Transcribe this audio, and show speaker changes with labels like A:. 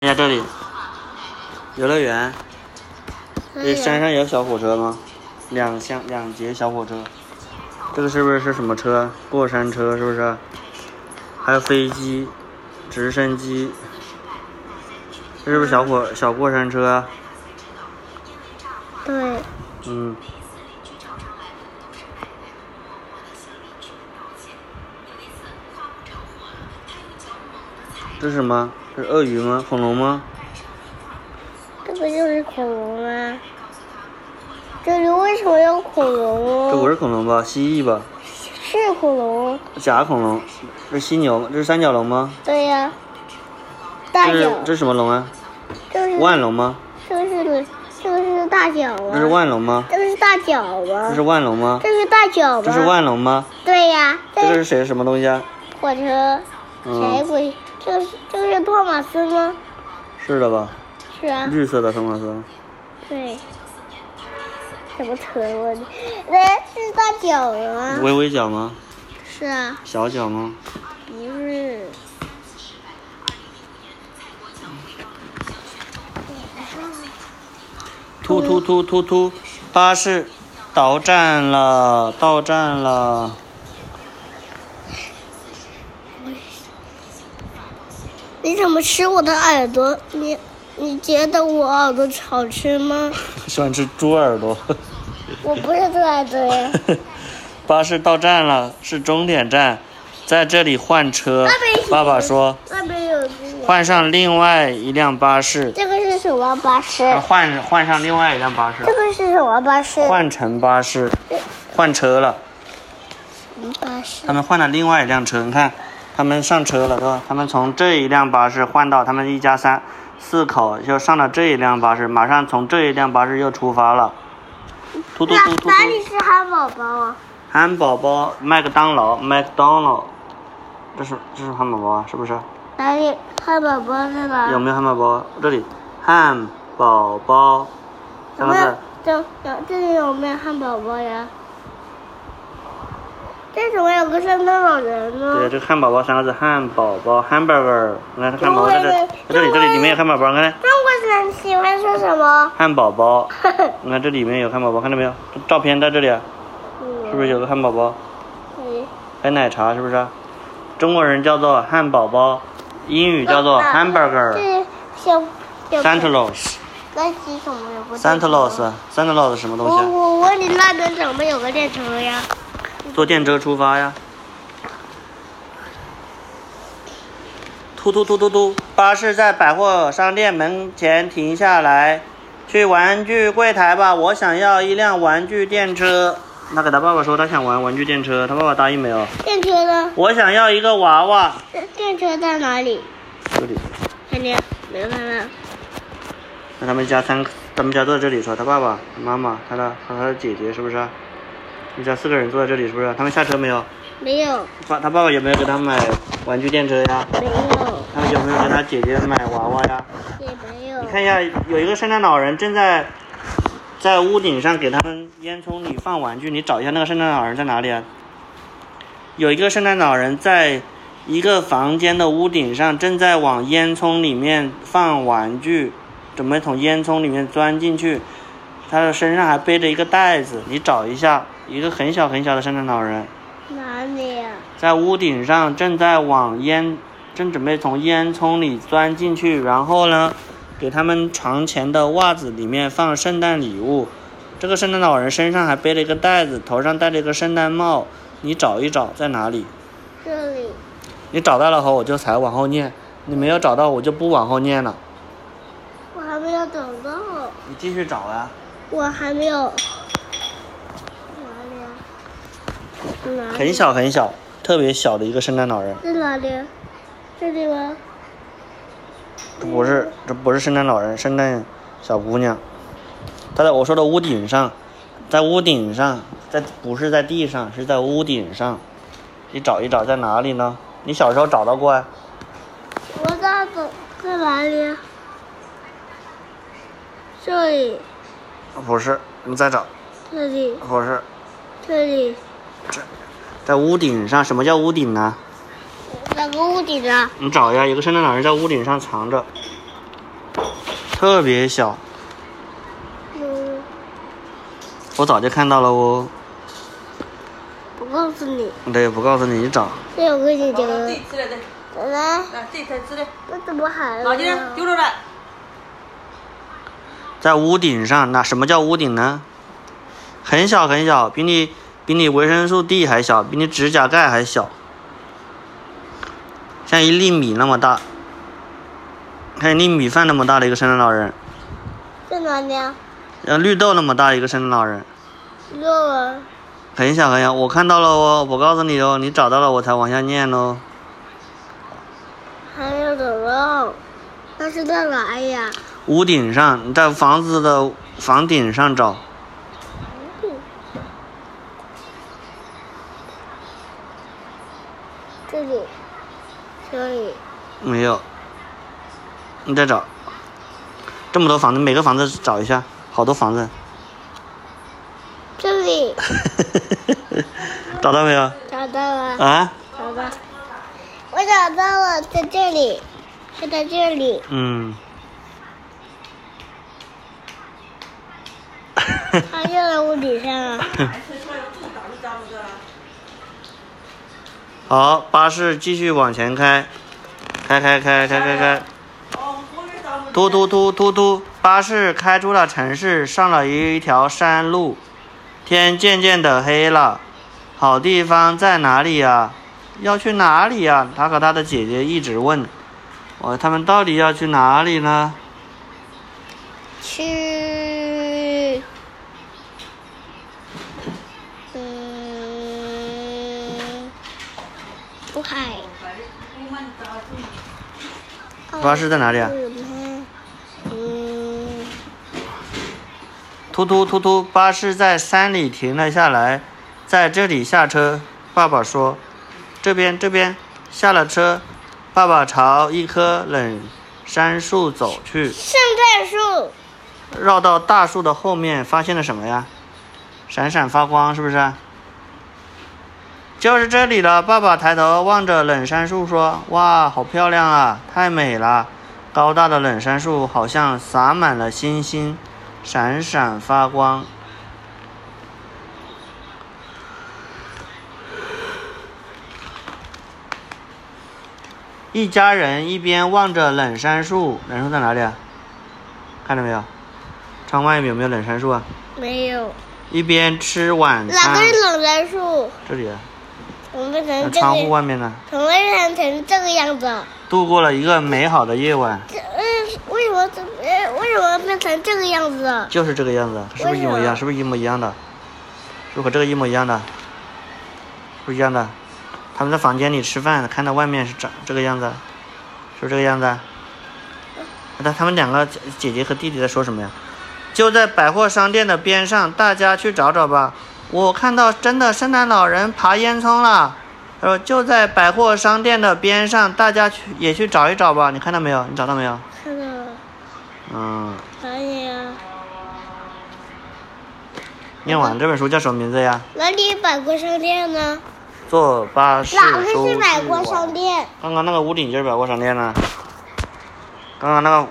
A: 看哎一下这里，游乐园，
B: 哎
A: 这山上有小火车吗？两厢两节小火车，这个是不是是什么车？过山车是不是？还有飞机、直升机，这是不是小火小过山车？啊
B: 对，
A: 嗯，这是什么？这是鳄鱼吗？恐龙吗？
B: 这不就是恐龙吗？这里为什么有恐龙？啊
A: 这不是恐龙吧？蜥蜴吧？
B: 是恐龙，
A: 假恐龙？这是犀牛吗？这是三角龙吗？
B: 对呀、大
A: 这是
B: 脚，
A: 这
B: 这
A: 是什么龙啊？
B: 是
A: 腕龙吗？
B: 这是这是大脚
A: 这是
B: 吗？
A: 腕龙吗？
B: 这是大脚吗？
A: 这是腕龙吗？
B: 这是大脚吗？
A: 这是腕龙吗？
B: 对呀、
A: 这个
B: 这
A: 是谁什么东西啊？
B: 火车，谁
A: 嗯，
B: 鬼？这是这是托马斯吗？
A: 是的吧？
B: 是啊，
A: 绿色的托马斯，
B: 对。什么车我？那是大脚吗？
A: 微微角吗？
B: 是啊，
A: 小角吗？
B: 不是。
A: 突突突突突，巴士到站了，到站了。
B: 你怎么吃我的耳朵？你你觉得我耳朵好吃吗？
A: 喜欢吃猪耳朵。
B: 我不是这耳朵呀。
A: 巴士到站了，是终点站，在这里换车
B: 那边。
A: 爸爸说，
B: 那边有这个。
A: 换上另外一辆巴士，
B: 这个是什么巴士？
A: 啊换换上另外一辆巴士
B: 这，个是什么巴士？
A: 换乘巴士，换车了。
B: 嗯巴士
A: 他。们换了另外一辆车，你看，他们上车了，对吧？他们从这一辆巴士换到他们一家三四口，就上了这一辆巴士，马上从这一辆巴士又出发了。突突
B: 那
A: 突突突！
B: 哪里是汉堡包啊？
A: 汉堡包，麦当劳，McDonald，这是这是汉堡包啊，是不是？
B: 哪里汉堡包在哪？
A: 有没有汉堡包？这里，汉堡包，
B: 有
A: 三个
B: 没
A: 字
B: 有？这有这里有没有汉堡包呀？这怎么有个圣诞老人
A: 对，
B: 呢？
A: 这个汉堡包三个字，汉堡包，hamburger。你看这汉堡包在这，在这里，这里里面有汉堡包，你看
B: 中国人喜欢说什么？
A: 汉堡包。你看这里面有汉堡包，看到没有？照片在这里啊，
B: 嗯
A: 是不是有个汉堡包？
B: 嗯
A: 还有奶茶，是不是啊？中国人叫做汉堡包，英语叫做 hamburger。
B: 这小小
A: Santalos,
B: 那是什么有个
A: Santalos, Santalos 是什么东
B: 我
A: 西
B: 我问你那边怎么有个电车呀？
A: 啊？坐电车出发呀！突突突突突！巴士在百货商店门前停下来，去玩具柜台吧，我想要一辆玩具电车。他给他爸爸说他想玩玩具电车，他爸爸答应没有？
B: 电车呢？
A: 我想要一个娃娃。
B: 电车在哪里？
A: 这里，
B: 看见没有看到？
A: 那他们家三，他们家坐在这里说，他爸爸、他妈妈、他的和他的姐姐是不是？啊他们家四个人坐在这里是不啊是？他们下车没有？
B: 没有，
A: 爸，他爸爸有没有给他买玩具电车呀？
B: 没有，
A: 他们有没有给他姐姐买娃娃呀？
B: 也没有
A: 你。看一下，有一个圣诞老人正在在屋顶上给他们烟囱里放玩具，你找一下那个圣诞老人在哪里啊？有一个圣诞老人在一个房间的屋顶上，正在往烟囱里面放玩具，准备从烟囱里面钻进去。他的身上还背着一个袋子，你找一下，一个很小很小的圣诞老人，
B: 哪里呀、
A: 在屋顶上正在往烟，正准备从烟囱里钻进去，然后呢，给他们床前的袜子里面放圣诞礼物。这个圣诞老人身上还背了一个袋子，头上戴着一个圣诞帽，你找一找在哪里？
B: 这里
A: 你找到了后我就才往后念，你没有找到我就不往后念了。
B: 我还没有找到，
A: 你继续找啊，
B: 我还没有。哪里啊？哪里？
A: 很。小很小，特别小的一个圣诞老人。
B: 在哪里？这里吗？
A: 这不是，这不是圣诞老人，圣诞小姑娘。她在我说的屋顶上，在屋顶上，在不是在地上，是在屋顶上。你找一找在哪里呢？你小时候找到过啊？
B: 我在走在哪里啊？这里，
A: 不是，你再找，
B: 这里，
A: 不是，
B: 这里，
A: 在屋顶上。什么叫屋顶呢？
B: 哪个屋顶啊？
A: 你找一下，一个圣诞老人在屋顶上藏着，特别小，
B: 嗯，
A: 我早就看到了哦。
B: 我告诉你，
A: 对，不告诉你，你找。
B: 这我跟你讲，
C: 自己吃了再，
B: 奶奶，
C: 来自己再吃了，
B: 我怎么喊了
C: 脑筋
B: 呢？
C: 丢了吧？
A: 在屋顶上，那什么叫屋顶呢？很小很小，比你比你维生素 D 还小，比你指甲盖还小，像一粒米那么大，像一粒米饭那么大的一个圣诞老人，
B: 在哪里啊？
A: 像绿豆那么大的一个圣诞老人，
B: 肉啊，
A: 很小很小。我看到了哦，我告诉你哦，你找到了我才往下念哦。
B: 还有的肉，那是在哪呀？
A: 屋顶上，你在房子的房顶上找，
B: 这里，这里，
A: 没有？你再找，这么多房子，每个房子找一下，好多房子。
B: 这里，
A: 找 到没有？
B: 找到了，
A: 啊？
B: 找到，我找到了，在这里，是在这里，
A: 嗯。
B: 它就在屋顶上啊。
A: 好，巴士继续往前开，开开开开开开，嘟嘟嘟嘟嘟，巴士开出了城市，上了一条山路，天渐渐的黑了。好地方在哪里呀、要去哪里呀、他和他的姐姐一直问，我他们到底要去哪里呢？
B: 去，呃嗯，不海。
A: 巴士在哪里啊
B: 嗯？嗯，
A: 突突突突，巴士在山里停了下来，在这里下车。爸爸说：“这边，这边。”下了车，爸爸朝一棵冷杉树走去，
B: 圣诞树，
A: 绕到大树的后面，发现了什么呀？闪闪发光，是不是？就是这里了。爸爸抬头望着冷杉树说：“哇，好漂亮啊，太美了！高大的冷杉树好像洒满了星星，闪闪发光。”一家人一边望着冷杉树，冷杉树在哪里啊？看到没有？窗外面有没有冷杉树啊？
B: 没有，
A: 一边吃晚
B: 哪
A: 餐
B: 个，是冷杉树？
A: 这里啊，
B: 怎么
A: 那
B: 成这
A: 窗户
B: 个？
A: 外面呢，
B: 怎么变成这个样子？
A: 度过了一个美好的夜晚，
B: 这嗯，为什么怎么？呃为什么变成这个样子？
A: 就是这个样子，是不是一模一
B: 为什
A: 样？
B: 么
A: 是不是一模一样的？是不是和这个一模一样的？是不是一样的？他们在房间里吃饭，看到外面是长这个样子，是不是这个样子啊？那他们两个姐姐姐和弟弟在说什么呀？就在百货商店的边上，大家去找找吧。我看到真的圣诞老人爬烟囱了。他说就在百货商店的边上，大家去也去找一找吧。你看到没有？你找到没有？
B: 看到了，
A: 嗯，
B: 哪里啊？
A: 念
B: 嗯
A: 完这本书叫什么名字呀？
B: 哪里百货商店呢？
A: 坐巴士
B: 哪个
A: 出
B: 是
A: 去
B: 百货
A: 玩
B: 商店？
A: 刚刚那个屋顶就是百货商店呢。刚刚那个